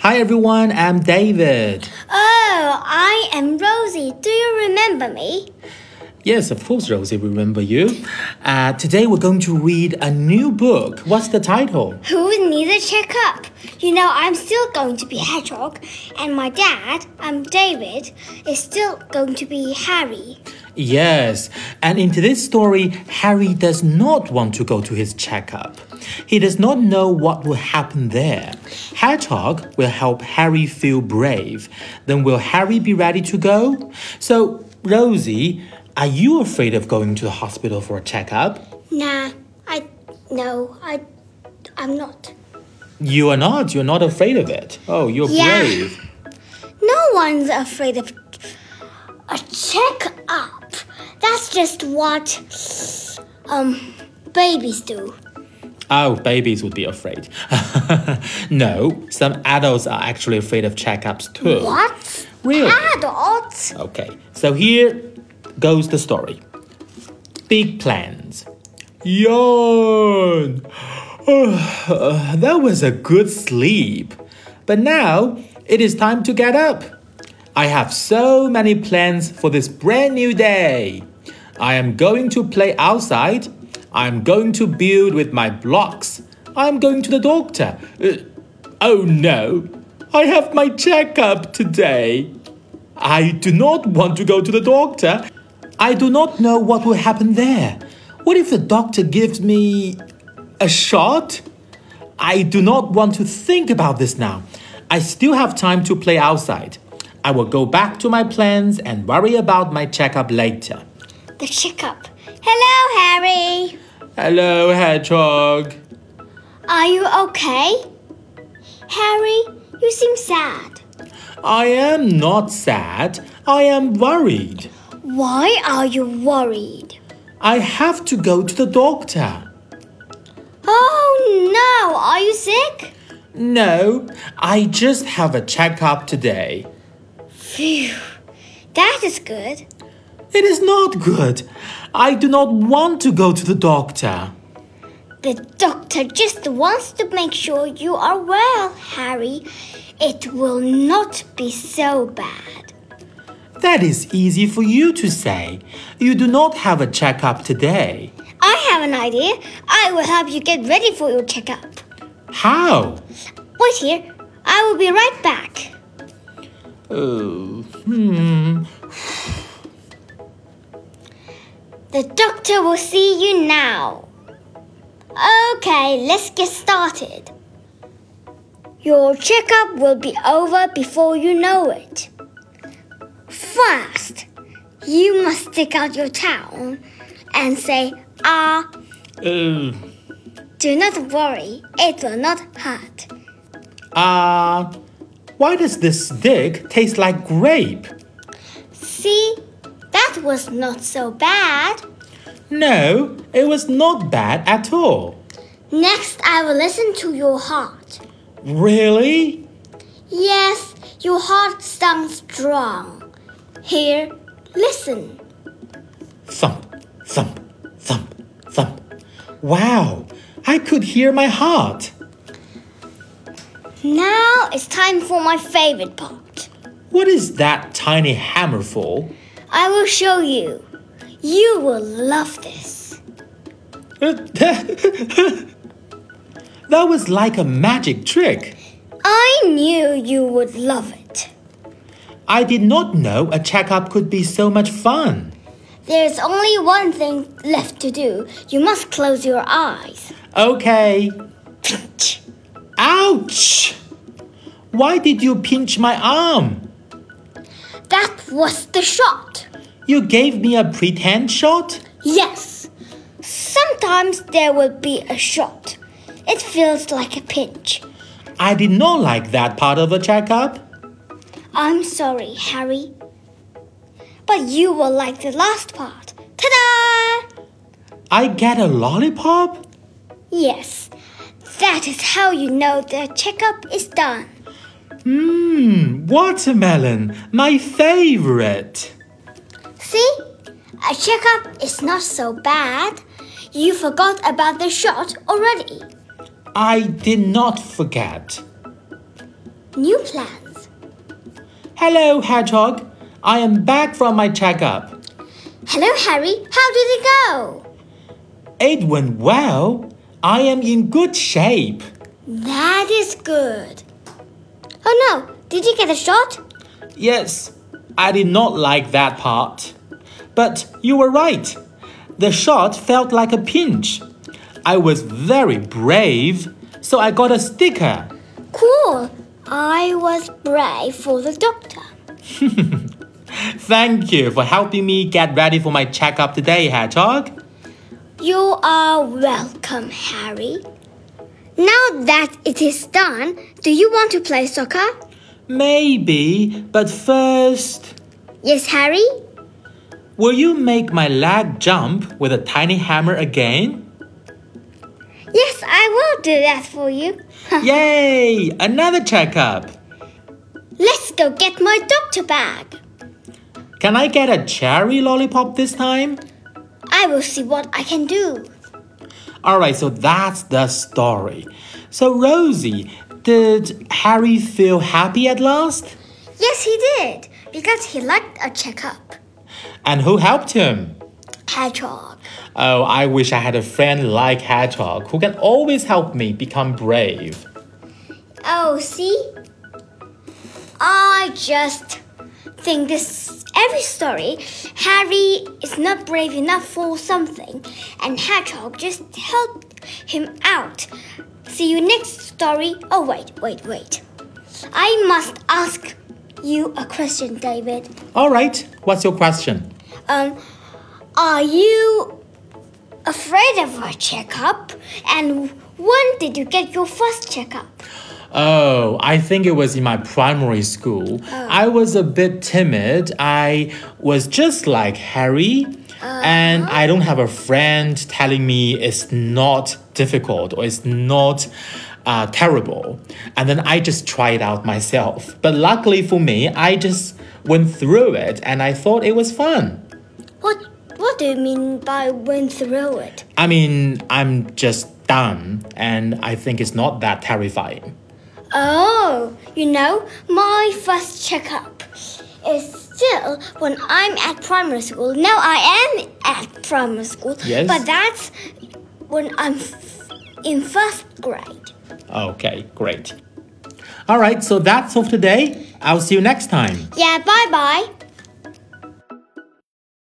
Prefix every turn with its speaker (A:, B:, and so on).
A: Hi everyone, I'm David.
B: Oh, I am Rosie. Do you remember me?
A: Yes, of course, Rosie, remember you. Uh, today we're going to read a new book. What's the title?
B: Who would need a checkup? You know, I'm still going to be Hedgehog, and my dad, um, David, is still going to be Harry.
A: Yes, and in today's story, Harry does not want to go to his checkup. He does not know what will happen there. Hedgehog will help Harry feel brave. Then will Harry be ready to go? So, Rosie, are you afraid of going to the hospital for a checkup?
B: Nah, I no, I, I'm not.
A: You are not. You're not afraid of it. Oh, you're
B: Yeah.
A: brave.
B: No one's afraid of a checkup. That's just what um babies do.
A: Oh, babies would be afraid. no, some adults are actually afraid of checkups too.
B: What?
A: Really?
B: Adults?
A: Okay, so here goes the story. Big plans. Yawn. Oh, that was a good sleep. But now it is time to get up. I have so many plans for this brand new day. I am going to play outside. I'm going to build with my blocks. I'm going to the doctor. Uh, oh no, I have my checkup today. I do not want to go to the doctor. I do not know what will happen there. What if the doctor gives me a shot? I do not want to think about this now. I still have time to play outside. I will go back to my plans and worry about my checkup later.
B: The checkup. Hello, Harry.
A: Hello, Hedgehog.
B: Are you okay? Harry, you seem sad.
A: I am not sad. I am worried.
B: Why are you worried?
A: I have to go to the doctor.
B: Oh no, are you sick?
A: No, I just have a checkup today.
B: Phew, that is good.
A: It is not good. I do not want to go to the doctor.
B: The doctor just wants to make sure you are well, Harry. It will not be so bad.
A: That is easy for you to say. You do not have a checkup today.
B: I have an idea. I will help you get ready for your checkup.
A: How?
B: Wait here. I will be right back.
A: Oh,
B: The doctor will see you now. Okay, let's get started. Your checkup will be over before you know it. First, you must stick out your towel and say, Ah,
A: uh,
B: do not worry, it will not hurt.
A: uh, why does this stick taste like grape?
B: See, that was not so bad.
A: No, it was not bad at all.
B: Next, I will listen to your heart.
A: Really?
B: Yes, your heart sounds strong. Here, listen.
A: Thump, thump, thump, thump. Wow, I could hear my heart.
B: Now it's time for my favorite part.
A: What is that tiny hammer for?
B: I will show you. You will love this.
A: that was like a magic trick.
B: I knew you would love it.
A: I did not know a checkup could be so much fun.
B: There's only one thing left to do. You must close your eyes.
A: Okay. Ouch! Why did you pinch my arm?
B: That was the shot.
A: You gave me a pretend shot?
B: Yes. Sometimes there will be a shot. It feels like a pinch.
A: I did not like that part of the checkup.
B: I'm sorry, Harry. But you will like the last part. Ta da!
A: I get a lollipop?
B: Yes, that is how you know the checkup is done.
A: Mmm, watermelon, my favorite.
B: See? A checkup is not so bad. You forgot about the shot already.
A: I did not forget.
B: New plans.
A: Hello, Hedgehog. I am back from my checkup.
B: Hello, Harry. How did it go?
A: It went well. I am in good shape.
B: That is good. Oh no, did you get a shot?
A: Yes, I did not like that part. But you were right. The shot felt like a pinch. I was very brave, so I got a sticker.
B: Cool. I was brave for the doctor.
A: Thank you for helping me get ready for my checkup today, Hedgehog.
B: You are welcome, Harry. Now that it is done, do you want to play soccer?
A: Maybe, but first,
B: Yes, Harry?
A: will you make my leg jump with a tiny hammer again?
B: Yes, I will do that for you.
A: Yay! Another checkup.
B: Let's go get my doctor bag.
A: Can I get a cherry lollipop this time?
B: I will see what I can do.
A: All right, so that's the story. So, Rosie, did Harry feel happy at last?
B: Yes, he did, because he liked a checkup.
A: And who helped him?
B: Hedgehog.
A: Oh, I wish I had a friend like Hedgehog who can always help me become brave.
B: Oh, see? I just think this every story, Harry is not brave enough for something, and Hedgehog just helped him out. See you next story. Oh, wait, wait, wait. I must ask you a question, David.
A: All right, what's your question?
B: Um, are you afraid of a checkup? And when did you get your first checkup?
A: Oh, I think it was in my primary school. I was a bit timid. I was just like Harry. And I don't have a friend telling me it's not difficult or it's not uh, terrible. And then I just try it out myself. But luckily for me, I just went through it and I thought it was fun.
B: What What do you mean by went through it?
A: I mean, I'm just done and I think it's not that terrifying.
B: Oh, you know, my first checkup is still when I'm at primary school. Now I am at primary school,
A: Yes.
B: but that's when I'm f- in first grade.
A: Okay, great. All right, so that's all for today. I'll see you next time.
B: Yeah, bye bye.